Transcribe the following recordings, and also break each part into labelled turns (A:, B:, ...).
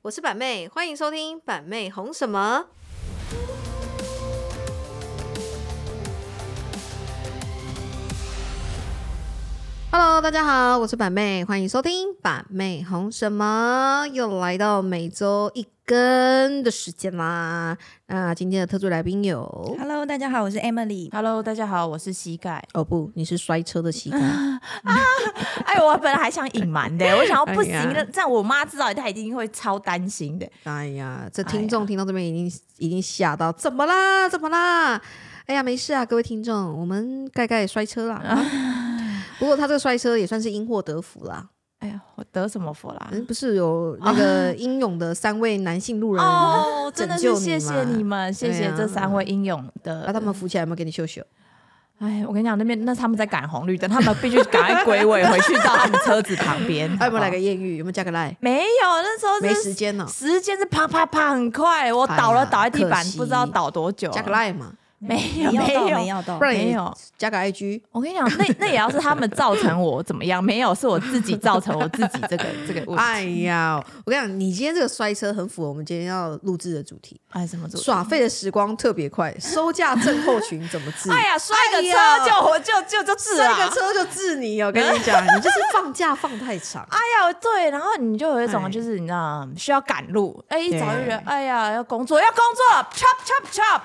A: 我是板妹，欢迎收听《板妹红什么》。Hello，大家好，我是板妹，欢迎收听《板妹红什么》，又来到每周一根的时间啦。那今天的特助来宾有，
B: Hello，大家好，我是 Emily。
C: 哦 Hello，大家好，我是膝盖。
A: 哦不，你是摔车的膝盖，
C: 哎，我本来还想隐瞒 的，我想要不行
A: 哎呀，
C: 那这样我妈知道，她一定会超担心的。
A: 哎呀，这听众听到这边已经已经吓到，怎么啦？怎么啦？哎呀，没事啊，各位听众，我们盖盖摔车 啦。啊不过他这个摔车也算是因祸得福啦。
C: 哎呀，我得什么佛啦？
A: 嗯，不是有那个英勇的三位男性路人，把、
C: 啊 哦，真的
A: 拯
C: 是
A: 救你
C: 谢谢
A: 嘛
C: 你们，谢
A: 对
C: 谢
A: 啊
C: 这三位英勇的。
A: 他们扶起来，有没有给你秀
C: 哦
A: 秀？
C: 哎，我跟你讲，那边那他们在赶红绿灯，他们必须赶快归位回去到他们车子旁边。
A: 还有没有
C: 好
A: 哎来
C: 哎不
A: 个
C: 好？
A: 艳遇？有没有加个赖？
C: 没有，那时候
A: 没
C: 是哦
A: 时间了、
C: 时间是啪啪啪很快，我
A: 哎呀
C: 倒了倒在地
A: 可
C: 板
A: 惜，
C: 不知道倒多久。啊
A: 加个赖嘛，
C: 没
B: 没
C: 有
B: 要
C: 没
B: 到，
C: 有
B: 没要到
A: 不，然
C: 哦没
A: 也
C: 有
A: 加个 IG。
C: 我跟你讲，那那也要是他们造成我怎么样？没有，是我自己造成我自己这个这个问题。
A: 哎呀，我跟你讲，你今天这个摔车很符合我们今天要录制的主题。
C: 哎，什么做？
A: 耍废的时光特别快，收价症候群怎么治？
C: 哎呀，摔个
A: 哎呀
C: 车就我就就就治啊
A: 这
C: 了。
A: 个车就治你哦！我跟你讲，你就是放假放太长，
C: 哎呀，对，然后你就有一
A: 哎
C: 种就是你知道需要赶路，哎，一
A: 对
C: 早就觉得哎呀要工作要工作，chop chop chop，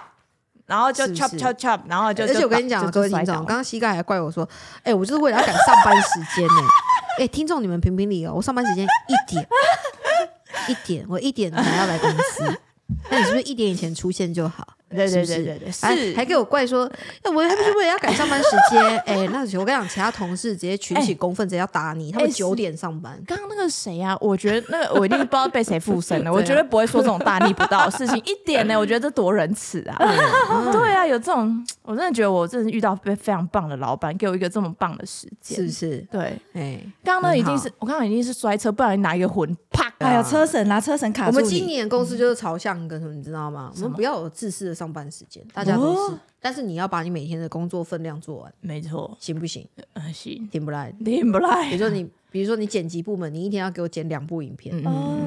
C: 然后就是
A: 不
C: chop
A: 是
C: chop chop，然 后就
A: 而且我跟你讲啊，各位听众，刚刚膝盖还怪我说，哎，我就是为了要赶上班时间呢。 哎，听众你们评评理哦，我上班时间一点 一点，我一点才要来公司。 那你是不是一点以前出现就好？
C: 对对
A: 是哎不是
C: 对对对
A: 还
C: 是
A: 还给我怪说，哎，我还不是为了要赶上班时间？哎，那我跟你讲，其他同事直接群起公愤，直接要打你。他们
C: 哎是
A: 九点上班，
C: 刚刚那个谁呀、啊？我觉得那个我一定不知道被谁附身 了，我
A: 啊
C: 绝对不会说这种大逆不道的事情一点呢、我觉得这多仁慈啊！ 对啊，有这种，我真的觉得我真的是遇到非非常棒的老板，给我一个这么棒的时间。
A: 是不是？
C: 对，
A: 哎，
C: 刚刚那一
A: 很
C: 定
A: 好啊
C: 是我刚刚一定是摔车，不然拿一个魂啪！哎
B: 还有车神拿车神卡
A: 我
B: 住
A: 们今
B: 你。
A: 年公司就是朝向嗯一个什么，你哦知道吗？我们不要有自私的上班时间，大家都是。但是你要把你每天的工作分量做完，
C: 没错，
A: 行不行？
C: 呃，行，
A: 停不 来。
C: 听不
A: 比如
C: 来。
A: 说你，比如说你剪辑部门，你一天要给我剪两部影片，
B: 哦，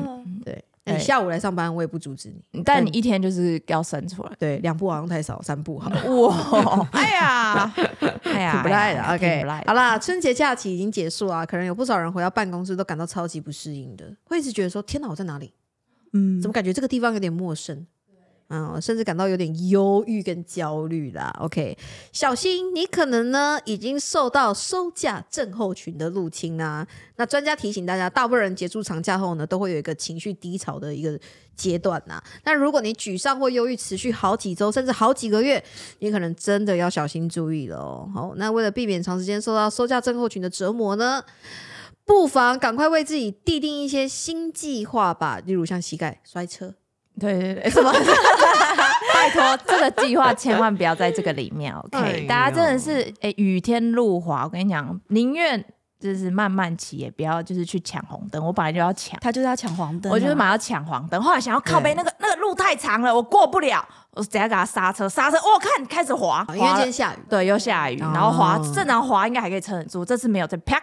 A: 对。那你
C: 对
A: 下午来上班，我也不阻止嗯哎你。
C: 但你一天就是要生出 来。
A: 对，两部好像太少，三部好了。
C: 哇！哎呀， 哎呀，
A: 挺不赖的
C: 哎呀挺
A: ，OK
C: 不赖。的
A: 好啦，春节假期已经结束啊，可能有不少人回到办公室都感到超级不适应的，会一直觉得说：天哪，我在哪里？
B: 嗯
A: 怎，么感觉这个地方有点陌生？嗯，甚至感到有点忧郁跟焦虑啦。OK，小新，你可能呢已经受到收假症候群的入侵啦。那专家提醒大家，大部分人结束长假后呢，都会有一个情绪低潮的一个阶段呐。那如果你沮丧或忧郁持续好几周，甚至好几个月，你可能真的要小心注意了哦。好，那为了避免长时间受到收假症候群的折磨呢，不妨赶快为自己制定一些新计划吧，例如像膝盖摔车。
C: 对对对，什么？ 拜托，这个计划千万不要在这个里面，OK？、
A: 哎呦
C: 大家真的是诶、雨天路滑，我跟你讲，宁愿就是慢慢骑，也不要就是去抢红灯。我本来就要抢，
B: 他就是要抢黄灯啊，
C: 我就是马上抢黄灯，后来想要靠背那个那个路太长了，我过不了，我等下给他刹车，刹车，我看开始滑，
A: 啊因为今
C: 滑
A: 天
C: 了，
A: 下雨，
C: 对，又下雨，
A: 哦
C: 然后滑，正常滑应该还可以撑得住，这次没有，再啪。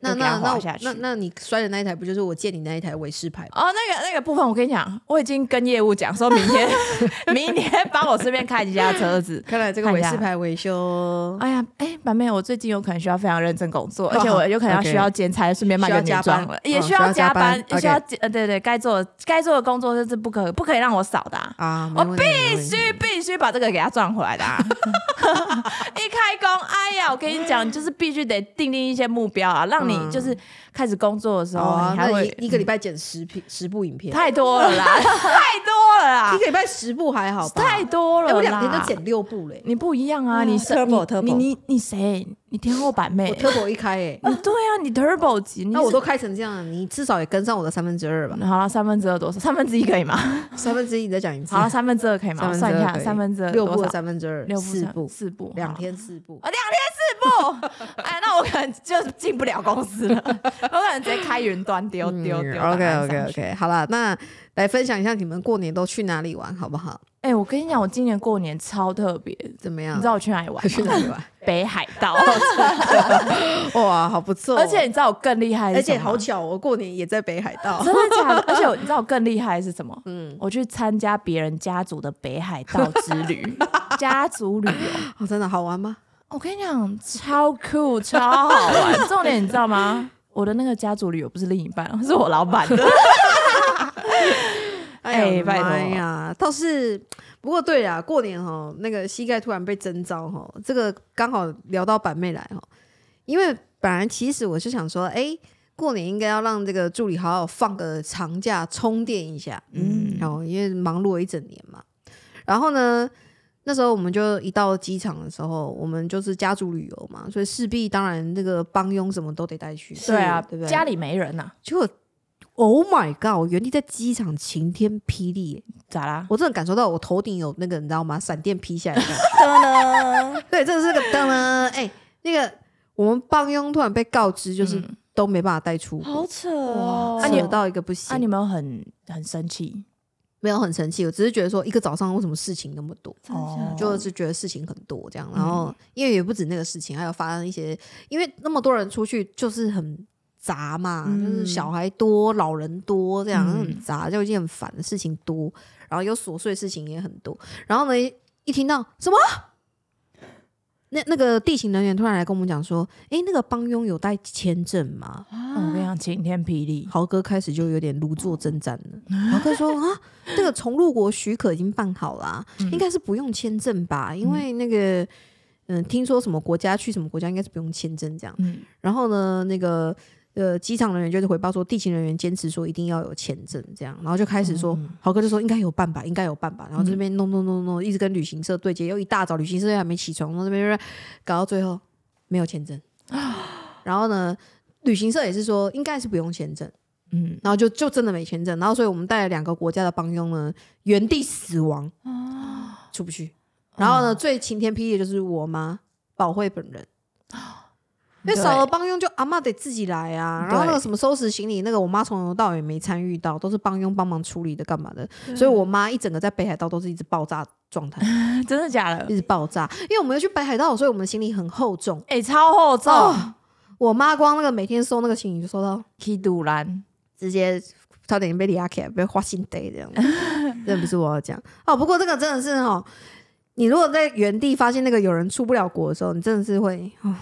A: 那
C: 就给它
A: 那那
C: 滑
A: 我
C: 下去
A: 那那你摔的那一台不就是我借你那一台韦氏牌吗？
C: 哦，那个那个部分，我跟你讲，我已经跟业务讲，说明天 明天帮我顺便看一下车子，
A: 看来这个
C: 看一
A: 韦
C: 下
A: 氏牌维修
C: 哎呀，哎，板妹，我最近有可能需要非常认真工作，而且我有可能要
A: 哦 OK
C: 需要兼差，顺便卖个女装了，
A: 需要加班
C: 也
A: 嗯
C: 需要加班，
A: 需要加班
C: 也需要
A: OK
C: 兼呃，对对，该做该做的工作就是不可不可以让我少的、啊。
A: 啊，没
C: 我
A: 问题没
C: 必
A: 问题
C: 须必须把这个给他赚回 来的、啊！ 一开工，哎呀，我跟你讲，就是必须得定定一些目标啊，让你就是开始工作的时候，
A: 好嗯啊，
C: 哦你还
A: 那
C: 会
A: 一一个礼拜剪十片十部影片，
C: 太多了 啦，太多了啦
A: 一，个礼拜十部还好吧？
C: 太多了
A: 哎
C: 啦！
A: 我两天就剪六部嘞，
C: 你不一样啊，你是你
B: Turbo，Turbo
C: 你你你谁？你天后版妹
A: 我，turbo 一开哎，
C: 你对啊，你 Turbo 嗯级，你
A: 那我
C: 是嗯
A: 都开成这样了，你至少也跟上我的三分之二吧？
C: 好了，三分之二多少？三分之一可以吗？
A: 三分之一，你再讲一次
C: 好，了，三分之二可以
A: 三
C: 吗？我
A: 分之
C: 算一
A: 二
C: 下
A: 可，以
C: 三分之二
A: 六
C: 多
A: 部
C: 少
A: 的？三分之二，
C: 六步
A: 四
C: 三
A: 部，
C: 四步，
A: 两
C: 好
A: 天四部
C: 啊，两天四步， terrible！哎，那我可能就进不了公司了，我可能直接开云端丢
A: 嗯
C: 丢丢。
A: OK OK OK，好了，那来分享一下你们过年都去哪里玩好不好？
C: 哎、我跟你讲，我今年过年超特别，
A: 怎么样？哦
C: 你知道我去哪里玩
A: 去哪里 玩？
C: 北海道，
A: 哇，好不错！
C: 而且你知道我更厉害
A: 哦而
C: 哦是
A: 且
C: 什么吗，
A: 好巧，我过年也在北海道。
C: 真的假的？而且 我你知道我更厉害是什么？
A: 嗯，
C: 我去参加别人家族的北海道之旅， 家族旅游。
A: 哦，真的好玩吗？
C: 我跟你讲，超酷，超好玩。重点你知道吗？我的那个家族旅游不是另一半，哦是我老板的。哎
A: 呀
C: 拜托
A: 妈呀！倒是不过对啦，过年哈，那个膝盖突然被征召哈，这个刚好聊到板妹来哈，因为本来其实我是想说，哎、过年应该要让这个助理好好放个长假充电一下，
B: 嗯，
A: 然后因为忙碌了一整年嘛。然后呢，那时候我们就一到机场的时候，我们就是家族旅游嘛，所以势必当然那个帮佣什么都得带去，
C: 对啊，
A: 对不对？
C: 家里没人呐、
A: 结果 Oh my God！我原地在机场晴天霹雳耶、
C: 咋啦？
A: 我真的感受到我头顶有那个你知道吗？闪电劈下来的感觉。
B: 噔噔，
A: 对，这个是个灯啊！哎、那个我们帮佣突然被告知，就是
C: 嗯
A: 都没办法带出国
B: 好，扯哦！
C: 啊
A: 扯、
C: 你
A: 到一个不行。
C: 啊，你们很很生气，
A: 没有很生气，我只是觉得说一个早上为什么事情那么多。
B: 真的假的
A: 就是觉得事情很多这样，然后因为也不止那个事情，还有发生一些，因为那么多人出去就是很杂嘛，
B: 嗯
A: 就是小孩多、老人多这样
C: 嗯
A: 很杂，就一件很烦的事情多，然后有琐碎事情也很多，然后呢，一听到什么。那那个地勤人员突然来跟我们讲说：“诶，那个帮佣有带签证吗
C: 嗯我跟你讲，晴天霹？” 雳。
A: 豪哥开始就有点如坐针毡了。豪哥说：“啊，这个重入国许可已经办好啦、应该是不用签证吧，因为那个。嗯，听说什么国家去什么国家应该是不用签证这样。
C: 嗯
A: 然后呢，那个呃，机场人员就是回报说，地勤人员坚持说一定要有签证这样，然后就开始说，豪哥就说应该有办吧，应该有办吧。然后这边弄弄弄弄，一直跟旅行社对接，又一大早旅行社又还没起床，然后这边搞到最后没有签证。然后呢，旅行社也是说应该是不用签证，
C: 嗯，
A: 然后就就真的没签证。然后所以我们带了两个国家的帮佣呢，原地死亡。
C: 哦
B: 啊
A: 出不去。然后呢，最晴天霹雳的就是我妈宝慧本 人，因为
C: 对
A: 少了帮佣，就阿嬷得自己来啊。然后那个
C: 对
A: 什么收拾行李，那个我妈从头到尾没参与到，都是帮佣帮忙处理的，干嘛的？所以我妈一整个在北海道都是一直爆 炸状态，
C: 真的假的
A: 一？直爆炸。因为我们要去北海道，所以我们的行李很厚重。
C: 哎、超厚重，
A: 哦我妈光那个每天收那个行李就收到，
C: 基杜兰，
A: 直接差点被李亚凯被花心逮这样子，这不是我要讲哦。不过这个真的是哦，你如果在原地发现那个有人出不了国的时候，你真的是会哦，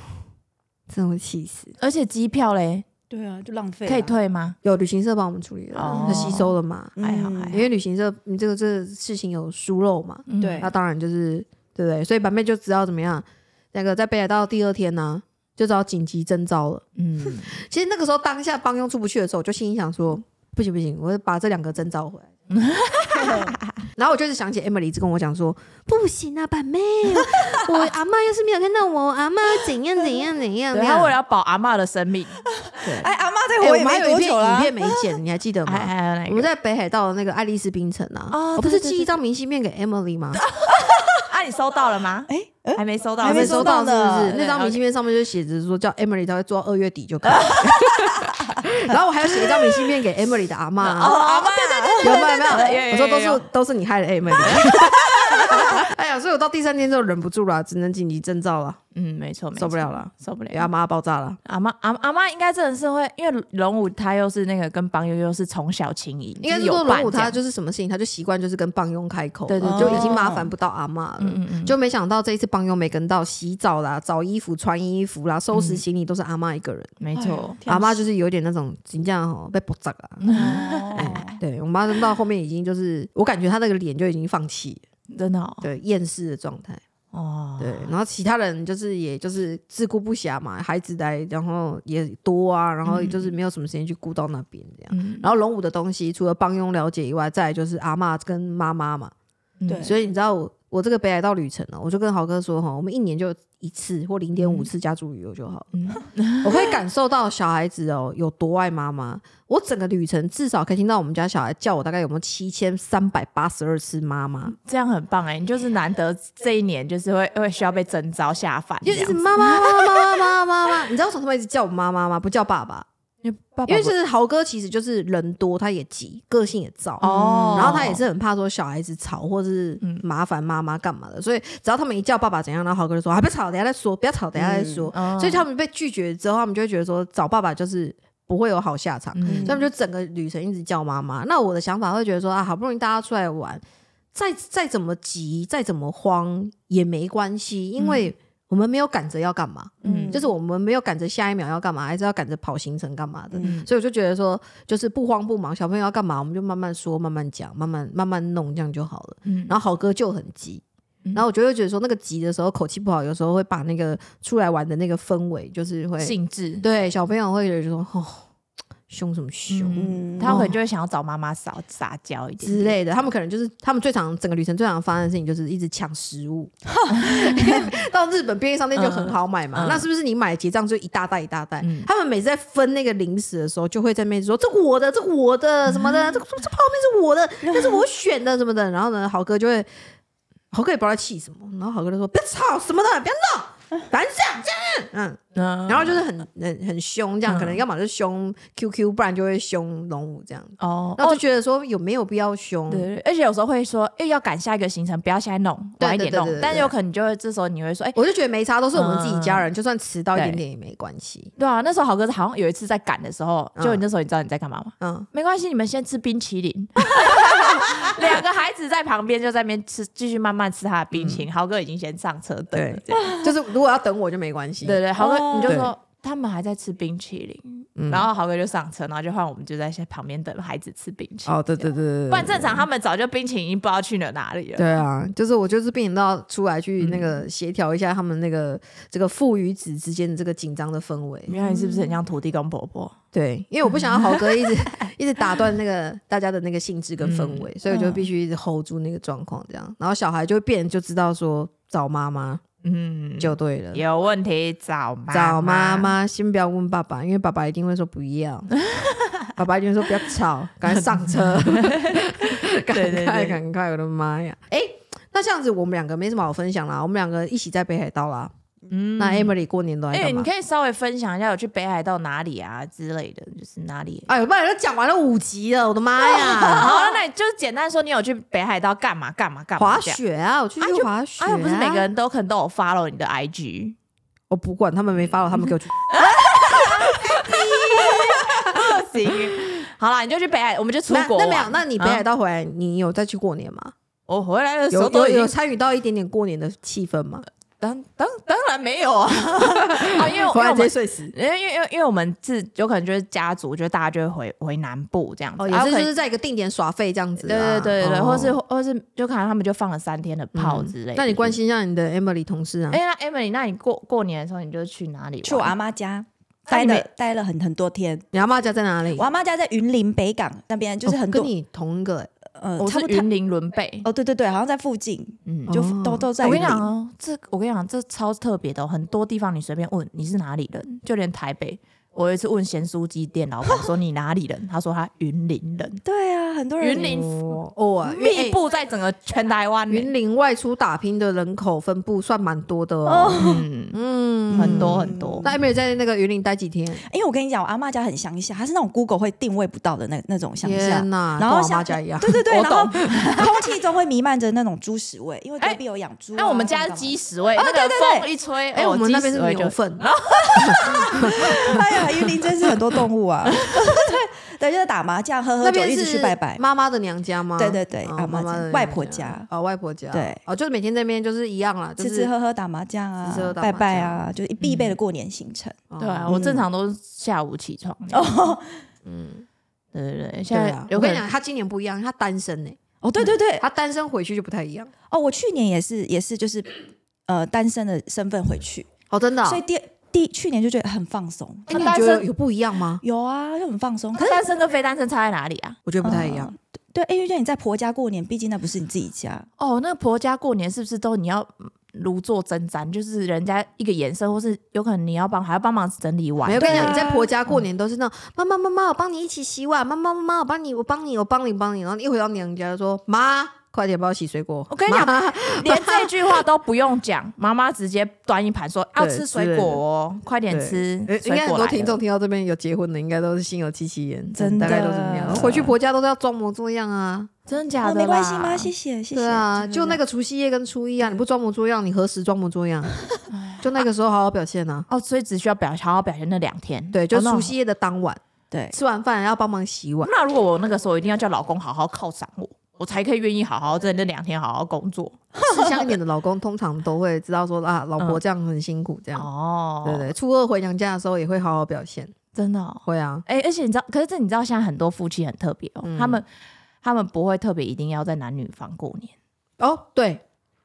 A: 真的会气死。
C: 而且机票嘞
B: 对啊，就浪费啊，
C: 可以退吗？
A: 有旅行社帮我们处理了，
C: 哦
A: 他吸收了嘛，
B: 嗯，
C: 还好还好
A: 因为旅行社你这个这个事情有疏漏嘛，
C: 嗯
B: 对
A: 那当然就是对不对？所以板妹就知道怎么样，那个在北海道第二天呢、就知道紧急征召了。
C: 嗯，
A: 其实那个时候当下帮佣出不去的时候，我就心里想说，不行不行，我把这两个征召回来。 然后我就是想起 Emily 一直跟我讲说，不行啊，板妹， 我阿妈要是没有看到我，我阿妈怎样怎样怎样。
C: 对他为了要保阿嬷的生命，
B: 哎，阿妈这
A: 哎
B: 个我
A: 我
B: 也
A: 们还有一
B: 没多
A: 片
B: 久了
A: 影
B: 啊，
A: 片没剪，你还记得
C: 还
A: 吗？
C: 还有哪
A: 我们
C: 哎个？
A: 在北海道的那个爱丽丝冰城啊，
C: 哦
A: 我不是
C: 对对
A: 寄一张明信片给 Emily 吗？
C: 啊，你收到 了吗？
B: 哎，呃
C: 还没收到，
B: 还
A: 还没
B: 没
A: 收
B: 收
A: 到
B: 到
A: 是不是？
B: 呢
A: 那张
C: 对
A: 明信片上面就写着说叫 Emily，她会做到二月底就可 以。然后我还要写一张明信片给 Emily 的阿妈啊，
C: 哦，阿嬷，
A: 有没有没
C: 有
A: 有？我
C: 有
A: 说都
C: 有有
A: 是都是你害了 Emily。哎呀，所以我到第三天就忍不住了，只能紧急征召了，
C: 嗯，没错，没错
A: 受不了了，
C: 受不了。
A: 阿妈爆炸了。
C: 阿妈阿阿妈应该真的是会，因为龙武他又是那个跟帮悠悠是从小情谊，
A: 应该
C: 就是是
A: 说
C: 有伴
A: 龙武
C: 这样
A: 他就是什么事情，他就习惯就是跟帮佣开口，
C: 对对
A: 就
B: 对
A: 已经麻烦不到阿妈了。
C: 嗯嗯嗯，
A: 就没想到这一次帮佣没跟到，洗澡啦、找衣服、穿衣服啦、收拾行李都是阿妈一个人。
C: 没错，
A: 阿妈就是有点那种紧张哦，被爆炸了。
B: 哦，
A: 哎，对我妈到后面已经就是，我感觉她那个脸就已经放弃了，
C: 真的哦
A: 对厌世的状态。
C: 哦，
A: 对，然后其他人就是也就是自顾不暇嘛，孩子来，然后也多啊，然后就是没有什么时间去顾到那边这样。
C: 嗯，
A: 然后龙武的东西除了帮佣了解以外，再来就是阿嬷跟妈妈嘛，
C: 嗯
B: 对
A: 所以你知道我我这个北海道旅程呢、哦我就跟豪哥说哈，我们一年就一次或零点
C: 嗯
A: 五次家族旅游就好了。我可以感受到小孩子哦有多爱妈妈。我整个旅程至少可以听到我们家小孩叫我大概有没有七千三百八十二次妈妈，
C: 这样很棒哎、你就是难得这一年就是会会需要被征召下凡这
A: 就
C: 样
A: 一
C: 子，
A: 直妈妈妈妈妈妈妈妈。 你知道为什么他们一直叫我妈妈吗？不叫爸爸，
C: 因为爸爸
A: 因为
C: 不
A: 是豪哥，其实就是人多，他也急，个性也躁。
C: 哦，嗯
A: 然后他也是很怕说小孩子吵或是麻烦妈妈干嘛的，所以只要他们一叫爸爸怎样，然后豪哥就说：“啊，不要吵，等一下再说，不要吵，等一下再说。
C: 嗯
A: 所以他们被拒绝之后，他们就会觉得说找爸爸就是不会有好下场，
C: 嗯
A: 所以他们就整个旅程一直叫妈妈。那我的想法会觉得说啊，好不容易大家出来玩，再再怎么急，再怎么慌也没关系，
C: 嗯
A: 因为我们没有赶着要干嘛。
B: 嗯
A: 就是我们没有赶着下一秒要干嘛，还是要赶着跑行程干嘛
C: 嗯
A: 的，所以我就觉得说，就是不慌不忙，小朋友要干嘛，我们就慢慢说、慢慢讲、慢慢慢慢弄，这样就好了。
C: 嗯
A: 然后豪哥就很急，
C: 嗯
A: 然后我就会觉得说，那个急的时候口气不好，有时候会把那个出来玩的那个氛围，就是会
C: 性质，
A: 对小朋友会觉得说，哦，凶什么凶、
B: 嗯，
C: 他可能就会想要找妈妈撒撒娇一点
A: 之类的，他们可能就是他们最常整个旅程最常发生的事情就是一直抢食物。 因为到日本便利商店就很好买嘛，
C: 嗯嗯
A: 那是不是你买结账就一大袋一大袋？
C: 嗯
A: 他们每次在分那个零食的时候，就会在那边说这我的，这我的什么的，这个这泡面是我的，那是我选的什么的。然后呢，豪哥就会，豪哥也不知道气什么，然后豪哥就说不要吵什么的，不要闹，反正这样这样，嗯，
C: 嗯，
A: 然后就是很很很凶这样，
C: 嗯
A: 可能要么就凶 QQ，不然就会凶龙武这样。
C: 哦
A: 那我
C: 哦
A: 就觉得说有没有必要凶？
C: 对对，对而且有时候会说，哎，要赶下一个行程，不要现在弄，
A: 对
C: 晚一点
A: 对对
C: 弄
A: 对对。
C: 但
A: 对
C: 有可能就会这时候你会说，哎，
A: 我就觉得没差，都是我们自己家
C: 嗯
A: 人，就算迟到一点点也没关系。
C: 对啊，那时候豪哥好像有一次在赶的时候，
A: 嗯
C: 就你那时候你知道你在干嘛吗？
A: 嗯，
C: 没关系，你们先吃冰淇 淋。两个孩子在旁边就在那边吃，继续慢慢吃他的冰淇淋。豪哥已经先上车等了，这样
A: 就是如果要等我就没关系。
C: 对对，豪哥
B: 哦
C: 你就说嗯他们还在吃冰淇淋，
A: 嗯
C: 然后豪哥就上车，然后就换我们就在旁边等孩子吃冰淇淋。
A: 哦，对对对对
C: 不然正常他们早就冰淇淋已经不知道去了哪里了。
A: 对啊，就是我就是变到出来去那
C: 嗯
A: 个协调一下他们那个这个父与子之间的这个紧张的氛围。
C: 你看你是不是很像土地公婆婆？
A: 对，因为我不想要豪哥一 直一直打断那个大家的那个兴致跟氛
C: 嗯
A: 围，所以我就必须一直 hold 住那个状况，这样，然后小孩就会变就知道说找妈妈
C: 嗯，
A: 就对了。
C: 有问题找妈
A: 找妈。妈，先不要问爸爸，因为爸爸一定会说不要，爸爸一定会说不要吵，赶快上车，
C: 对
A: 赶
C: 对
A: 快
C: 对
A: 赶快，我的妈呀！哎、那这样子我们两个没什么好分享啦，我们两个一起在北海道啦。
C: 嗯
A: 那 Emily 过年都来
C: 哎、
A: 干
C: 你
A: 嘛？
C: 可以稍微分享一下有去北海道哪里啊之类的，就是哪里
A: 哎呦，不然都讲完了五集了，我的妈呀！
C: 好，那你就是简单说，你有去北海道干嘛干嘛干嘛？
A: 滑
C: 这样。
A: 雪啊，我去去滑雪、
C: 啊，又不是每个，人都可能都有 follow 你的 IG，
A: 我不管他们没发了，他们给我去。
C: 不行。 好啦，你就去北海，我们就出
A: 那
C: 国
A: 那没有，
C: 玩
A: 那你北海道回来，你有再去过年吗？
C: 我回来的时
A: 有
C: 候都
A: 有
C: 已
A: 有
C: 经
A: 参与到一点点过年的气氛吗？
C: 当当当然没有啊， 啊，因为因为我
A: 回来直接
C: 们
A: 睡死。
C: 因为因为因为我们是有可能就是家族，就大家就会回回南部这样子，
A: 哦，也
C: 然后
A: 是
C: 可
A: 就
C: 能
A: 是在一个定点耍废这样子
C: 对
A: 啦。
C: 对对对，
A: 哦嗯
C: 或是或是就看他们就放了三天的炮之类的。
A: 那你关
C: 系？
A: 心一下你的 Emily 同事啊？
C: 哎，那 Emily，那你过过年的时候你就去哪里玩？
B: 去我阿妈家
C: 那
B: 待
C: 你
B: 了
C: 没
B: 待了很很多天。
A: 你阿妈家在哪里
B: 我？阿妈家在云林北港那边，就是
A: 哦
B: 很多
A: 跟你同一个欸
B: 呃，
C: 我
B: 差
C: 是
B: 不多
C: 云林仑背。
B: 哦，对对对，好像在附近，
C: 嗯
B: 就
A: 哦
B: 都都在
C: 我
B: 云
C: 跟你
B: 林。
C: 讲哦，这我跟你讲，这超特别的哦、很多地方你随便问你是哪里人，就连台北，我有一次问咸酥鸡店老板说你哪里人，他说他云林人，
B: 对啊，很多人
C: 云林
A: 哦哦啊，因为
C: 密布在整个全台湾
A: 欸
C: 呢、
A: 云林外出打拼的人口分布算蛮多的哦。
B: 哦，
A: 嗯，
C: 很多很多。
A: 那 Emily 在那个云林待几天？
B: 因为我跟你讲，我阿妈家很乡下，它是那种 Google 会定位不到的那那种乡下
A: 天。哪，
B: 然
A: 跟
B: 后
A: 我妈
B: 像
A: 家一样。
B: 对对对，
C: 我
B: 然后 空气中会弥漫着那种猪屎味，因为隔壁有养猪啊。
C: 那我们家
B: 干
C: 是
B: 嘛
C: 鸡屎味，
B: 哦
C: 那
B: 对
C: 个
B: 对对
C: 风一吹，
A: 哎，
C: 哦
A: 我们那边是
C: 鸡屎味
A: 牛
C: 就
A: 粪，
B: 哎呀，云林真是很多动物 啊！对，就是打麻将、喝喝
A: 那
B: 酒，
A: 边
B: 一直
A: 是
B: 去拜拜。
A: 妈妈的娘家吗？
B: 对对对
A: 哦
B: 阿
A: 妈
B: 嬷
A: 妈
B: 家
A: 的
B: 外
A: 娘
B: 婆家
A: 哦，外婆家
B: 对
A: 哦，就是每天在那边就是一样啦，就
B: 吃
A: 是
B: 吃喝喝打麻将啊
A: 吃吃喝，打麻将
B: 拜拜啊，就是必备的过年行程。
A: 哦
C: 对啊，我正常都是下午起床。
B: 哦
C: 对对对，现
A: 对
C: 在、
A: 啊，
C: 有
A: 我
C: 可
A: 跟你
C: 能
A: 讲，他今年不一样，他单身呢，
B: 哦，对对对，
A: 他单身回去就不太一样。
B: 哦，我去年也是也是就是呃单身的身份回去，
A: 哦，真的哦。
B: 所以第第去年就觉得很放松。
A: 哎，那你
C: 单
A: 觉得
C: 身
A: 有不一样吗？
B: 有啊，就很放松。可
C: 单身跟非单身差在哪里啊？
A: 我觉得不太一样。
B: 对，因为像你在婆家过年，毕竟那不是你自己家，
C: 哦，那婆家过年是不是都你要嗯如坐针毡？就是人家一个延伸，或是有可能你要帮还要帮忙整理碗
A: 没有，。跟你
B: 对
A: 讲，
B: 啊
A: 你在婆家过年都是那种妈妈妈妈，我帮你一起洗碗，妈妈妈妈，我帮你，我帮你，我帮你，帮你。然后你一回到娘家就说妈，快点帮我洗水果。
C: 我跟你讲
A: 妈，
C: 连这句话都不用讲，妈妈直接端一盘说要
A: 对
C: 吃水果哦，快点吃
A: 呃应
C: 水
A: 该很
C: 果
A: 多
C: 来
A: 听
C: 了。
A: 众听到这边有结婚的，应该都是心有戚戚焉，
B: 真的
A: 大概都是这样。回去婆家都是要装模作样啊，
C: 真的假
B: 哦，
C: 的啦？
B: 没关系吗？谢谢，谢谢。
A: 对啊，就那
B: 个
A: 个除夕夜跟初一啊，你不装模作样，你何时装模作样？就那个时候好好表现啊。
C: 哦，所以只需要表好好表现那两天。
A: 对，就
C: 哦那
A: 除夕夜的当晚，
B: 对，
A: 吃完饭要帮忙洗 碗。
C: 那如果我那个时候一定要叫老公好好犒赏我，我才可以愿意好好在那两天好好工作。
A: 吃香一点的老公通常都会知道说啊，老婆这样很辛苦，这样。
C: 哦，
A: 对，对，初二回娘家的时候也会好好表现，
C: 真的、哦。
A: 会啊。
C: 哎、而且你知道，可是这你知道，现在很多夫妻很特别哦，
A: 嗯
C: 他们他们不会特别一定要在男女房过年，
A: 哦，对，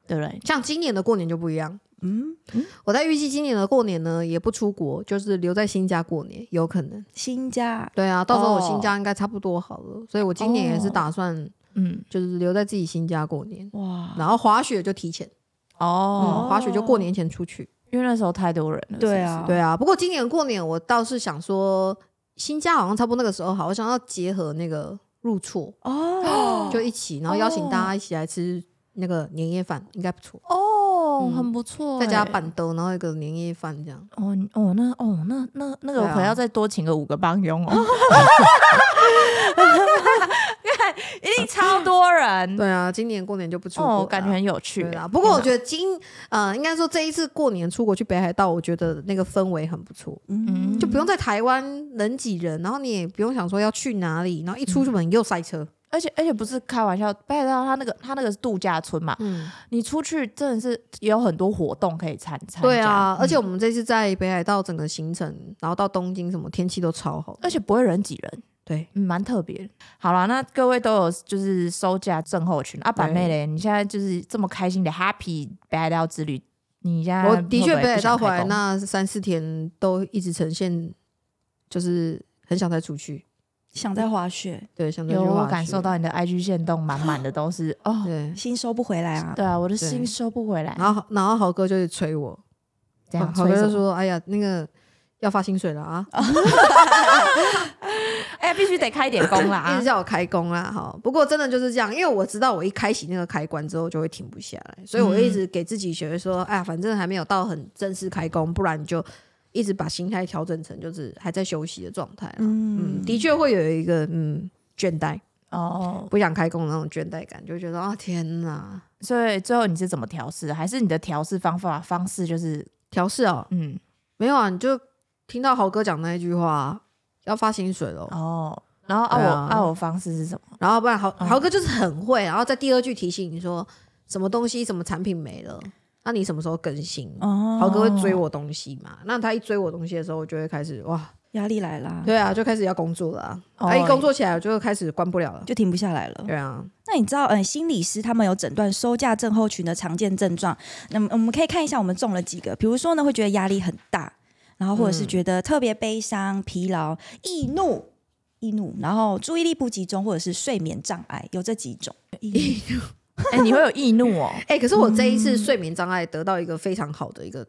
C: 对不对？
A: 像今年的过年就不一样。
B: 嗯，
A: 我在预计今年的过年呢，也不出国，就是留在新家过年，有可能。
B: 新家
A: 对啊，到时候我新
B: 哦
A: 家应该差不多好了，所以我今年也是打算
C: 嗯，
A: 就是留在自己新家过年，
B: 哇，
A: 然后滑雪就提前，嗯
C: 哦，
A: 滑雪就过年前出去。
C: 因为那时候太多人了，是
B: 对啊，
A: 对啊，不过今年过年我倒是想说，新家好像差不多那个时候好，我想要结合那个入错，
B: 哦，
A: 就一起，然后邀请大家一起来吃那个年夜饭，应该不错。
C: 不是哦，
A: 嗯
C: 很不错、
A: 再
C: 欸，
A: 加板凳，然后一个年夜饭这样。
C: 哦你哦，那哦那那那个
A: 对啊
C: 我要再多请个五个帮佣 哦，一定超多人
A: 对啊，今年过年就不出国、
C: 嗯 哦，感觉。很有趣
A: 对啊
C: 欸
A: 啦，不过我
C: 天
A: 觉得今呃，应该说这一次过年出国去北海道，我觉得那个氛围很不错，
B: 嗯，
A: 就不用在台湾人挤人，然后你也不用想说要去哪里，然后一
C: 嗯
A: 出门又塞车。
C: 哪而且而且不是开玩笑，北海道它那个它那个是度假村嘛，
A: 嗯，
C: 你出去真的是也有很多活动可以参参加，
A: 对啊，而且我们这次在北海道整个行程，然后到东京什么天气都超好。
C: 而且不会人挤人，
A: 对，
C: 嗯蛮特别的。好了，那各位都有就是收假症候群啊，板妹嘞，你现在就是这么开心的 happy 北海道之旅，你现在
A: 我
C: 会不
A: 的确
C: 会
A: 北海
C: 不想
A: 道回
C: 开
A: 来
C: 工
A: 那三四天都一直呈现，就是很想再出去，
B: 想在滑雪，
A: 对，想再去
C: 有啊
A: 滑
C: 我
A: 雪
C: 感受。到你的 IG 线动满满的都是哦，
A: 对，
B: 心收不回来啊。
C: 对啊，我的
A: 对
C: 心收不回来。
A: 然后然后豪哥就是催我，
C: 这样
A: 豪
C: 催
A: 哥
C: 什
A: 就
C: 么
A: 说：“哎呀，那个要发薪水了啊，
C: 哎，必须得 开一点工啦
A: 一
C: 啊
A: 直！叫我开工啦。”哈，不过真的就是这样，因为我知道我一开启那个开关之后就会停不下来，所以我一直
C: 嗯
A: 给自己觉得说：“哎呀，反正还没有到很正式开工，不然你就一直把心态调整成就是还在休息的状态。”嗯，
B: 嗯，
A: 的确会有一个嗯倦怠。
C: 哦，
A: 不想开工的那种倦怠感，就会觉得啊天哪，
C: 所以最后你是怎么调试？还是你的调试方法方式就是
A: 调试哦，
C: 嗯
A: 没有啊，你就听到豪哥讲那一句话啊，要发薪水喽，
C: 哦，然后啊
A: 对
C: 我
A: 啊
C: 啊我方式是什么？
A: 然后不然豪
C: 嗯
A: 豪哥就是很会，然后在第二句提醒你说什么东西什么产品没了，那你什么时候更新？
B: 哦，
A: 豪哥会追我东西嘛？那他一追我东西的时候，我就会开始哇，
B: 压力来啦，
A: 对啊，就开始要工作了啊！
C: 嗯哦
A: 啊，一工作起来，我就开始关不了了。
B: 就停不下来了。
A: 对啊，
B: 那你知道，嗯，心理师他们有诊断收假症候群的常见症状，那么我们可以看一下我们中了几个，比如说呢，会觉得压力很大，然后或者
A: 嗯
B: 是觉得特别悲伤、疲劳、易怒、易怒，然后注意力不集中或者是睡眠障碍，有这几种。易怒
C: 哎，你会有易怒哦？
A: 哎、可是我这一次睡眠障碍得到一个非常好的一个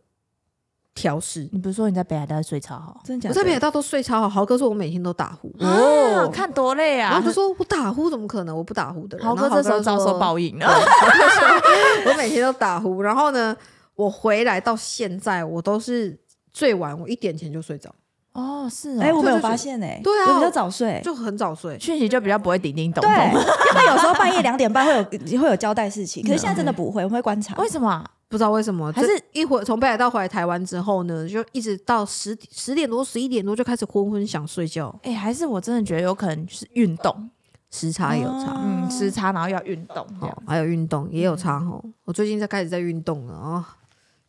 A: 调试，
C: 你不是说你在北海道睡超好？
B: 真的 假
A: 我
B: 的？
A: 在北海道都睡超好，豪哥说我每天都打呼。
C: 哦，看多累啊！
A: 然后我 就说：“我打呼怎么可能？我不打呼的人。”
C: 豪哥这时候遭受
A: 应。
C: 报应了。
A: 我每天都打呼，然后呢，我回来到现在，我都是最晚我一点前就睡着，
C: 哦，是
B: 哎、我
C: 哦，
B: 没有发现哎、
A: 对啊
B: 我比较早睡。
A: 就很早睡。
C: 讯息就比较不会叮叮咚
B: 对，
C: 咚。
B: 因为有时候半夜两点半会有会有交代事情，可是现在真的不会，我们会观察。
C: 为什么啊？
A: 不知道为什么，
C: 还是
A: 这一会从北海道回来台湾之后呢，就一直到十十点多、十一点多就开始昏昏想睡觉，
C: 哎，还是我真的觉得有可能是运动，
A: 时差也有差，
B: 哦
C: 嗯，时差然后要运动这样
A: 哦，还有运动也有差
C: 嗯
A: 哦。我最近在开始在运动了哦，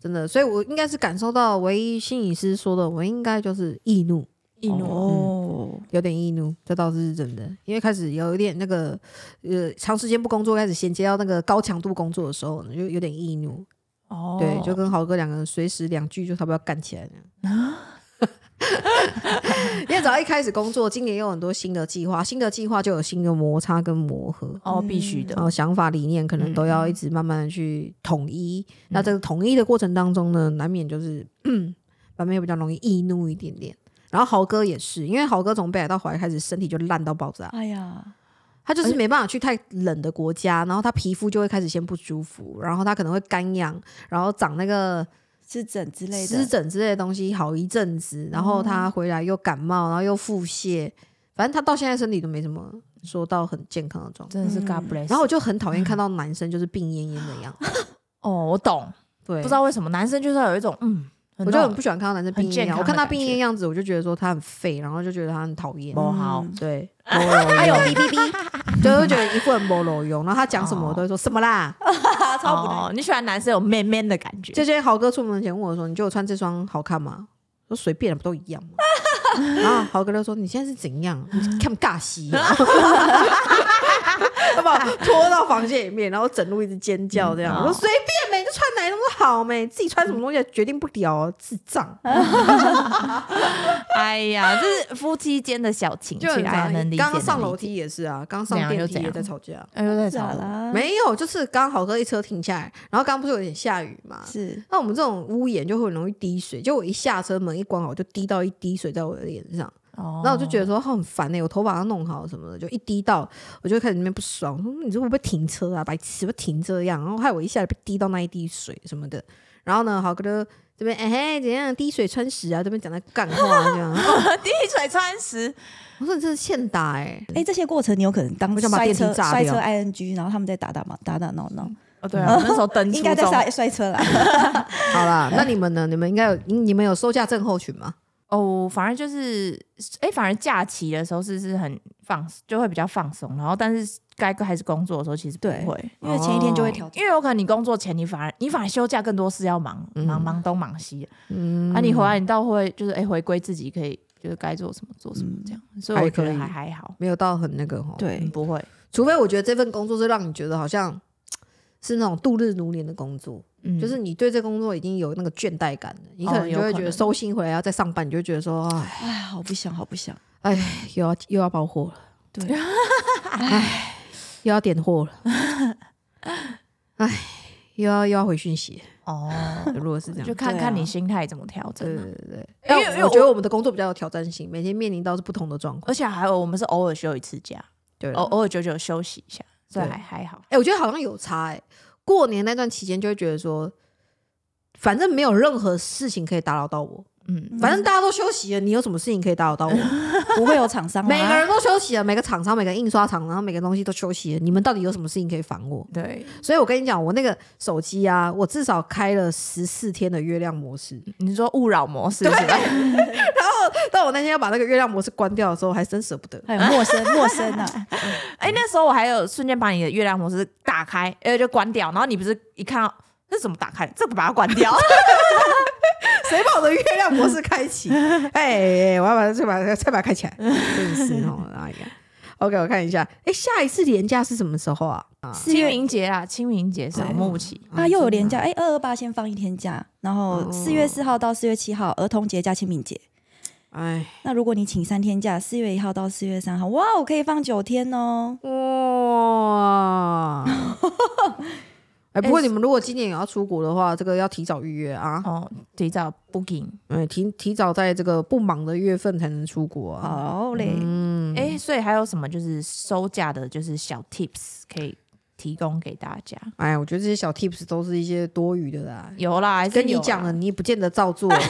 A: 真的，所以我应该是感受到唯一心理师说的，我应该就是易怒，
C: 易怒哦。
B: 哦，
A: 有点易怒，这倒是真的，因为开始有一点那个呃，长时间不工作，开始衔接到那个高强度工作的时候呢，就有点易怒。
C: 哦
A: 嗯对，就跟豪哥两个人随时两句就差不多要干起来那样。 因为只要一开始工作，今年又有很多新的计划，新的计划就有新的摩擦跟磨合。
C: 哦，必须的
A: 然。后想法理念可能都
B: 嗯
A: 要一直慢慢的去统一。那这个统一的过程当中呢，难免就是，嗯，版面比较容易易怒一点点。然后豪哥也是，因为豪哥从北海道回来开始，身体就烂到爆炸，
B: 哎呀，
A: 他
B: 哎
A: 就是没办法去太冷的国家，然后他皮肤就会开始先不舒服，然后他可能会干痒，然后长那个
B: 湿疹之类
A: 湿
B: 的，哦
A: 疹之类的东西好一阵子，然后他回来又感冒，然后又腹泻，反正他到现在身体都没什么说到很健康的状态。
C: 真的是
B: 嗯
C: God bless。
A: 然后我就很讨厌看到男生就是病恹恹的样 子，
C: 哦，我懂，
A: 对，
C: 不知道为什么男生就是要有一种嗯，
A: 我就很不喜欢看到男生病
C: 很
A: 恹
C: 健
A: 恹，
C: 康
A: 我
C: 的
A: 看他
C: 感
A: 病恹
C: 觉哦
A: 恹样子，我就觉得说他很废，然后就觉得他很讨厌。
C: 不好。
A: 对，哎
B: 还有 B B B，
A: 就会觉得一副很没路用，然后他讲什
C: 哦
A: 么我都会说什么啦。
B: 超不对。
C: 哦，你喜欢男生有 man man 的感觉，
A: 就今天豪哥出门前问我说：“你觉得我穿这双好看吗？”我说：“随便，啊不都一样吗？” 然后豪哥就说：“你现在是怎样？你看不尬戏、啊？” 他把我拖到房间里面，然后整路一直尖叫这样。我说：“随便呗，你就穿哪一种都好呗，自己穿什么东西决定不了哦，智障。”
C: 哎呀，这是夫妻间的小情 趣，
A: 就很
C: 哎呀
A: 常
C: 能理解。
A: 刚刚上
C: 能理
A: 楼
C: 解，
A: 梯也啊是啊，刚上
C: 怎样
A: 电
C: 又
A: 梯
C: 怎
A: 也
C: 样
A: 在吵架。
C: 哎呦，在吵
B: 咋
C: 了。
B: 啊啦？
A: 没有，就是刚好哥一车停下来，然后刚刚不是有点下雨嘛？
B: 是
A: 那我们这种屋檐就会很容易滴水，就我一下车门一关好，我就滴到一滴水在我的脸上，
C: 哦
A: 然后我就觉得说哦很烦呢、我头发要弄好什么的，就一滴到我就开始那边不爽，我说你这会不会停车啊，白痴，会不会停这样，然后害我一下子被滴到那一滴水什么的，然后呢，豪哥就这边哎嘿怎样滴水穿石啊，这边讲在干话这 样，
C: 滴水穿石，
A: 我说你这是欠打哎、
B: 哎，这些过程你有可能当
A: 我想把
B: 摔
A: 电梯
B: 车
A: 炸
B: 摔
A: 掉嗯
B: 车 I N G，然后他们在打打嘛打打闹闹，
C: 哦对啊，我那时候登
B: 应
C: 初
B: 该在
C: 中，
B: 摔摔车啦。
A: 好啦，那你们呢？你们应该有，你你们有收假症候群吗？
C: 哦，反而就是，哎、反而假期的时候是是很放，就会比较放松，然后但是该还是工作的时候其实不
B: 对
C: 会，
B: 因为前一天
A: 哦
B: 就会调整
C: 因为有可能你工作前你反而你反而休假更多事要忙，忙忙东忙西，
A: 嗯
C: 啊，你回来你倒会就是哎、诶回归自己可以就是该做什么做什么这样，所以
A: 还
C: 我觉
A: 可
C: 得
A: 以
C: 嗯还还好，
A: 没有到很那个哈。，
C: 嗯，
B: 对，
C: 不会，
A: 除非我觉得这份工作是让你觉得好像是那种度日如年的工作，
C: 嗯，
A: 就是你对这工作已经有那个倦怠感了，你
C: 哦
A: 可能就
C: 有
A: 会
C: 可
A: 觉得
C: 能
A: 收心回来要再上班，你就会觉得说，哎，
B: 哎，好不想，好不想。
A: 又要又要包货了，哎
B: 对，
A: 又要点货了， 哎，又要又要回讯息。
C: 哦，
A: 如果是这样
C: 就，看看
B: 对啊
C: 你心态怎么调整
A: 对
C: 啊、
A: 对对。
C: 因为因
A: 但我
C: 为我呃
A: 觉得我们的工作比较有挑战性，每天面临到是不同的状况。
C: 而且还有我们是偶尔休一次假，
A: 对
C: 偶偶尔久久休息一下，所以
A: 对
C: 还还好。
A: 哎、我觉得好像有差哎、过年那段期间就会觉得说，反正没有任何事情可以打扰到我，
C: 嗯，
A: 反正大家都休息了，你有什么事情可以打扰到我？
B: 不会有厂商啦啊
A: 每个人都休息了，每个厂商、每个印刷厂，然后每个东西都休息了，你们到底有什么事情可以烦我？
C: 对，
A: 所以我跟你讲，我那个手机啊，我至少开了十四天的月亮模式，
C: 你说勿扰模式是吧？
A: 但我那天要把那个月亮模式关掉的时候，还真舍不得。
B: 还有哎陌生陌生啊，
C: 哎、那时候我还有瞬间把你的月亮模式打开，哎、就关掉，然后你不是一看到这怎么打开，这个把它关掉，
A: 谁把我的月亮模式开 启？哎、哎我要把它再把它再把它开起来，真是哦，哎呀。OK，我看一下，哎、下一次廉假是什么时候啊？啊，
B: 四
C: 清
B: 月
C: 明节啊，清明节扫墓期，
A: 哦
B: 啊又有连假，哎，二二八先放一天假，然后四月四号到四月七号儿童节加清明节。
A: 哎，
B: 那如果你请三天假，四月一号到四月三号，哇，我可以放九天哦。
A: 哇！ 哎，不过你们如果今年也要出国的话，这个要提早预约啊，
C: 哦，提早 booking，
A: 哎，提提早在这个不忙的月份才能出国啊。
B: 好嘞，
C: 哎、所以还有什么就是收假的，就是小 tips 可以提供给大家？
A: 哎，我觉得这些小 tips 都是一些多余的啦。
C: 有啦，还是
A: 跟你
C: 有啦啊
A: 讲了，，你也不见得照做。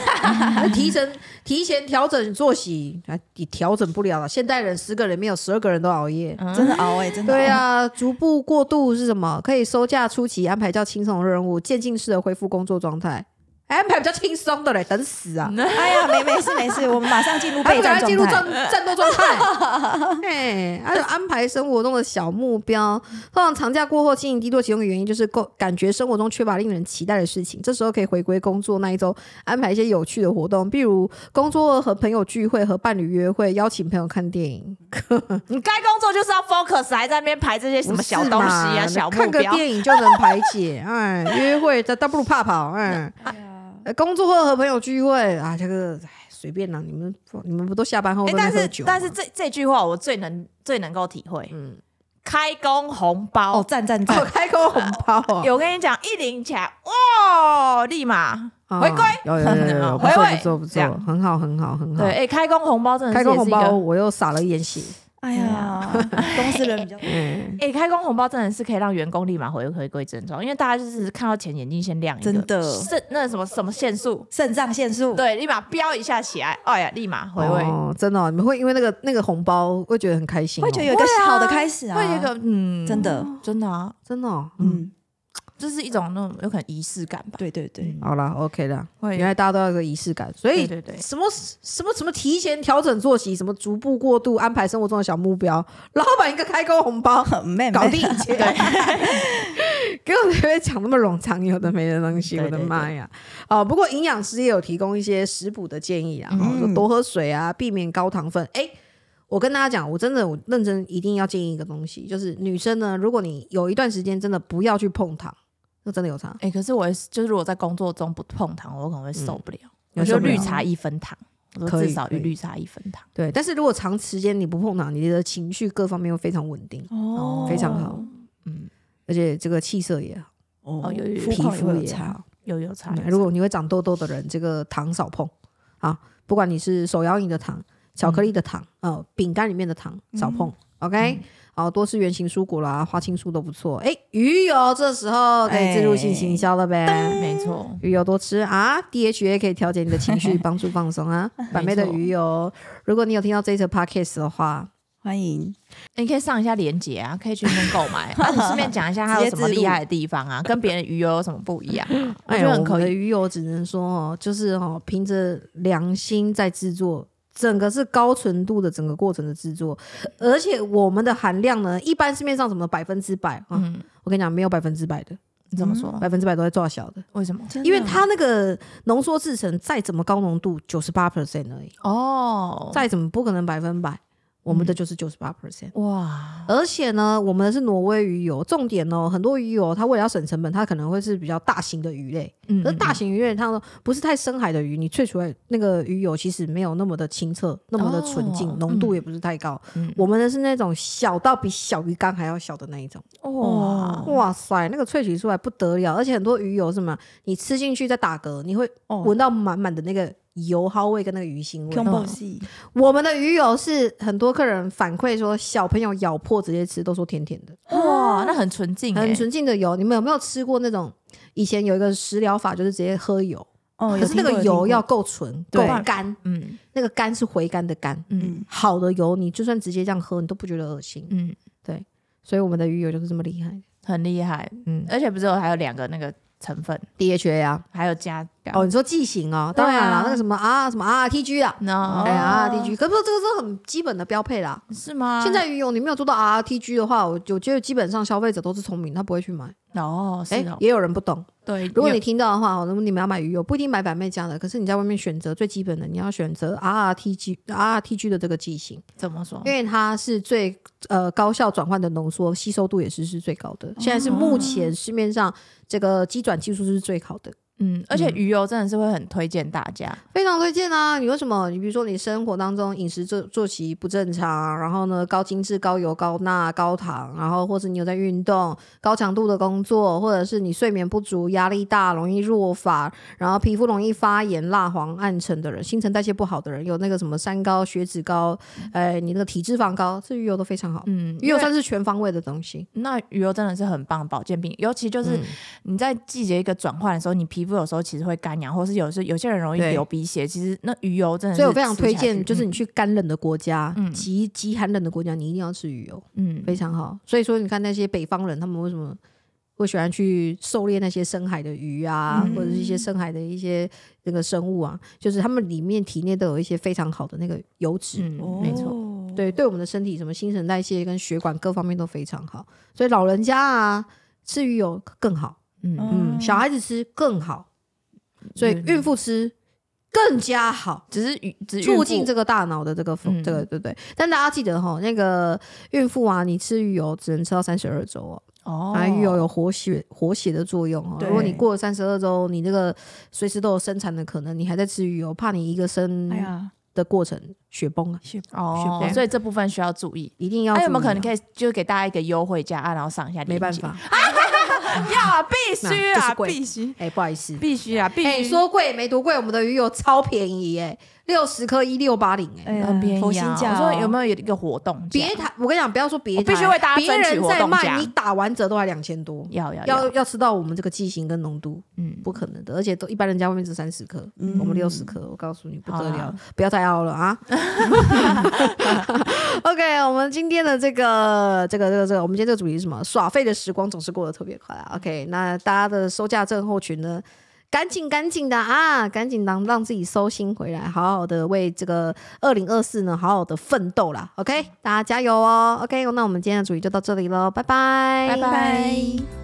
A: 提前提前调整作息，哎，你调整不了了。现代人十个人没有十二个人都熬夜。
C: 嗯
B: 真的熬哎，真的熬。
A: 对啊，逐步过渡是什么？可以收假初期安排较轻松的任务，渐进式的恢复工作状态，哎安排比较轻松的嘞，等死啊！
B: 哎呀，没没事没事，我们马 上进入
A: 还
B: 备
A: 不赶
B: 战
A: 快进入
B: 状态
A: 战。战 斗状 态，哎，还有安排生活中的小目标。通常长假过后心情低落，其中一个原因就是够感觉生活中缺乏令人期待的事情。这时候可以回归工作那一周，安排一些有趣的活动，比如工作和朋友聚会、和伴侣约会、邀请朋友看电影，
C: 你该工作就是要 focus，还在那边排这些什么小东
A: 不
C: 西
A: 是嘛
C: 啊、小
A: 看
C: 目
A: 个
C: 标。
A: 电影就能排解， 哎，约会倒倒不如怕跑，哎。
B: 哎呀
A: 呃工作或和朋友聚会啊，这个哎随便啦，你们你们不都下班后
C: 哎、
A: 都在
C: 但
A: 喝
C: 是
A: 酒吗？
C: 但是这这句话我最能最能够体会，
A: 嗯，
C: 开工红包。
B: 哦，赞赞
A: 哦，
B: 赞！
A: 开工红包啊，
C: 有跟你讲，一领起来，哇，立马
A: 啊
C: 回归。
A: 有有 有有有，不
C: 回
A: 错
C: 味
A: 不错不
C: 这
A: 错，
C: 样
A: 很好很好很好
C: 对，。哎、开工红包真的是
A: 开工
C: 也
A: 红
C: 是一个
A: 包，我又撒了一眼血。
B: 哎呀，公司人比较多
A: 嗯，
C: 哎、开工红包真的是可以让员工立马回回归正常，因为大家就是看到钱眼睛先亮一个，
B: 真的
C: 是那什么什么限速，
B: 肾上腺素。
C: 对，立马飙一下起来，哎呀，立马回味，
A: 哦，真的哦，你们会因为那个那个红包会觉得很开心哦，
B: 会觉得有一个
C: 会啊
B: 好的开始啊，
C: 会有一个嗯，
B: 真的
C: 真的啊，
A: 真的哦。嗯，
B: 嗯，
C: 就是一种那种有可能仪式感吧，
B: 对对对，
A: 好啦 o k 啦。
C: 会
A: 原来大家都要有个仪式感，所以
C: 对对对
A: 什么什么什么提前调整作息，什么逐步过渡，安排生活中的小目标，老板一个开工红包，
B: 很 妹妹
A: 嗯搞定一切。 给我特别讲那么冗长，有的没的东西，
C: 对
A: 我的妈呀！哦，不过营养师也有提供一些食补的建议啊，哦
B: 嗯
A: 说多喝水啊，避免高糖分。哎，我跟大家讲，我真的我认真一定要建议一个东西，就是女生呢，如果你有一段时间真的不要去碰糖，那真的有差。
C: 哎、可是我也是就是如果在工作中不碰糖，我可能会受不了。
A: 嗯
C: 我就
A: 受不了
C: 绿茶一分糖，我说
A: 可以
C: 至少
A: 可以
C: 一绿茶一分糖。
A: 对，但是如果长时间你不碰糖，你的情绪各方面会非常稳定，
B: 哦
A: 非常好，
C: 嗯，
A: 而且这个气色也好，
B: 哦
C: 有有有
B: 肤
A: 皮
B: 况也
A: 肤
B: 会有
A: 也
B: 差，
A: 好。
C: 有有差
A: 嗯。
C: 有
A: 如
C: 差
A: 果你会长痘痘的人，这个糖少碰啊，不管你是手摇饮的糖、巧克力的糖、呃饼干里面的糖少碰、o k 好、多吃圆形蔬果啦，花青素都不错。哎，鱼油这时候可以自入性行销了呗。
C: 没错，
A: 鱼油多吃啊，DHA 可以调节你的情绪，帮助放松啊。板妹的鱼油，如果你有听到这一则 podcast 的话，
B: 欢迎
C: 你可以上一下链接啊，可以去那边购买。啊，你顺便讲一下它有什么厉害的地方啊，跟别人鱼油有什么不一样啊？我
A: 哎呀，
C: 觉得
A: 我
C: 很
A: 们
C: 可
A: 的
C: 以。
A: 鱼油只能说哦，就是哦，凭着良心在制作，整个是高纯度的整个过程的制作，而且我们的含量呢，一般市面上什么百分之百啊，
C: 嗯，
A: 我跟你讲，没有百分之百的，
C: 你怎么说？
A: 百分之百都在做小哦的，
C: 为什么？
A: 嗯因为它那个浓缩制成再怎么高浓度，九十八 percent 而已，
C: 哦，
A: 再怎么不可能百分百，我们的就是九十八 percent。
C: 哇，
A: 而且呢，我们的是挪威鱼油，重点哦，很多鱼油它为了要省成本，它可能会是比较大型的鱼类，
C: 嗯
A: 可是大型鱼类它呢不是太深海的鱼，你萃出来那个鱼油其实没有那么的清澈，那么的纯净
C: 哦，
A: 浓、度也不是太高。
C: 嗯
A: 我们的是那种小到比小鱼干还要小的那一种，
C: 哇，
A: 哇塞，那个萃取出来不得了，而且很多鱼油是什么，你吃进去再打嗝，你会
B: 哦
A: 闻到满满的那个油蒿味跟那个鱼腥味。
B: ，combo 系
A: 我们的鱼油是很多客人反馈说，小朋友咬破直接吃都说甜甜的，
C: 哇，那很纯净欸，
A: 很纯净的油。你们有没有吃过那种？以前有一个食疗法，就是直接喝油，
B: 哦，
A: 可
B: 有
A: 是那
B: 听
A: 个
B: 过有听
A: 油
B: 过
A: 要够纯、够
B: 对
A: 干，
C: 嗯
A: 那个干是回甘的干。
C: 嗯
A: 好的油，你就算直接这样喝，你都不觉得恶心。
C: 嗯，
A: 所以我们的鱼油就是这么厉害。
C: 很厉害。
A: 嗯
C: 而且不是有还有两个那个成分，
A: ，DHA 啊，
C: 还有加
A: 哦，你说剂型啊，
C: 对啊
A: 当然啦，那个什么啊，什么 RTG 啊，
C: 那
A: 哎 RTG，可不，这个是很基本的标配啦。
C: 是吗？
A: 现在鱼油你没有做到 RTG 的话，我我觉得基本上消费者都是聪明，他不会去买。
C: 哦，是
A: 哎、
C: 哦，
A: 也有人不懂。
C: 对，
A: 如果
C: 有
A: 你听到的话，哦那么你们要买鱼油，不一定买板妹家的，可是你在外面选择最基本的，你要选择 RRTG RRTG 的这个剂型，
C: 怎么说
A: 因？为它是最呃高效转换的浓缩，吸收度也是是最高的。现在是目前市面上这个机转技术是最好的，
C: 嗯，而且
A: 嗯
C: 鱼油真的是会很推荐大家。
A: 非常推荐啊！你为什么？你比如说你生活当中饮食作作息不正常，然后呢高精致、高油、高钠、高糖，然后或者你有在运动、高强度的工作，或者是你睡眠不足、压力大、容易弱发，然后皮肤容易发炎、蜡黄、暗沉的人，新陈代谢不好的人，有那个什么三高、血脂高，哎，你那个体脂肪高，这鱼油都非常好。
C: 嗯，
A: 鱼油算是全方位的东西，
C: 那鱼油真的是很棒的保健品，尤其就是
A: 嗯
C: 你在季节一个转换的时候，你皮肤有时候其实会干痒，或是有时候有些人容易
A: 对
C: 流鼻血，其实那鱼油真的是
A: 所以我非常
C: 吃下
A: 推
C: 去
A: 荐，就是你去干冷的国家，
C: 嗯
A: 极极寒冷的国家，你一定要吃鱼油。哦
C: 嗯
A: 非常好。所以说，你看那些北方人，他们为什么会喜欢去狩猎那些深海的鱼啊，
C: 嗯
A: 或者是一些深海的一些那个生物啊？就是他们里面体内都有一些非常好的那个油脂。哦
C: 嗯嗯没错，
B: 错，
A: 对，对我们的身体什么新陈代谢跟血管各方面都非常好，所以老人家啊吃鱼油更好，
C: 嗯，
A: 嗯，
B: 哦
A: 小孩子吃更好，所以孕妇吃更加好。
C: 只是鱼只是
A: 促
C: 孕妇
A: 进这个大脑的这个风，
C: 嗯
A: 这个对不对？但大家记得哈，那个孕妇啊，你吃鱼油只能吃到三十二周哦，
C: 哦
A: 还有有活血活血的作用哦。
B: 对
A: 如果你过了三十二周，你那个随时都有生产的可能，你还在吃鱼油，怕你一个生
B: 哎呀，
A: 的过程雪崩啊，
B: 血
C: 哦，所以这部分需要注意。
A: 一定要。
C: 哎那、有没有可能
A: 以？
C: 可以就给大家一个优惠价啊，然后上一下？
A: 没办， 法，
C: 要啊，必 须
A: 那就
C: 啊，
A: 是贵
C: 必须，
A: 哎，不好意思。
C: 必须啊，必须。
A: 哎，说贵没多贵，我们的鱼油超便宜哎，六十克一六八零哎。
B: 哎呀
C: 很便
B: 佛
C: 宜
B: 心
C: 啊！
B: 价
C: 我
B: 哦
C: 说有没有一个活动价？
A: 别台，我跟你讲，不要说别
C: 我
A: 台，
C: 必须为大家
A: 别
C: 争取
A: 人
C: 活
A: 在
C: 动
A: 卖，
C: 价
A: 你打完折都还两千多，
C: 要要
A: 要
C: 要，
A: 要吃到我们这个剂型跟浓度，
C: 嗯，
A: 不可能的，而且都一般人家外面只三十克，
B: 嗯
A: 我们六十克，我告诉你不得
C: 好
A: 了
C: 啦，
A: 不要再凹了啊 ！OK，我们今天的这个这个这个这个，我们今天这个主题是什么？耍废的时光总是过得特别快啊！OK，那大家的收假症候群呢？赶紧赶紧的啊！赶紧让让自己收心回来，好好的为这个二零二四呢好好的奋斗啦。OK，大家加油哦！OK，那我们今天的主题就到这里喽，拜拜，
C: 拜拜。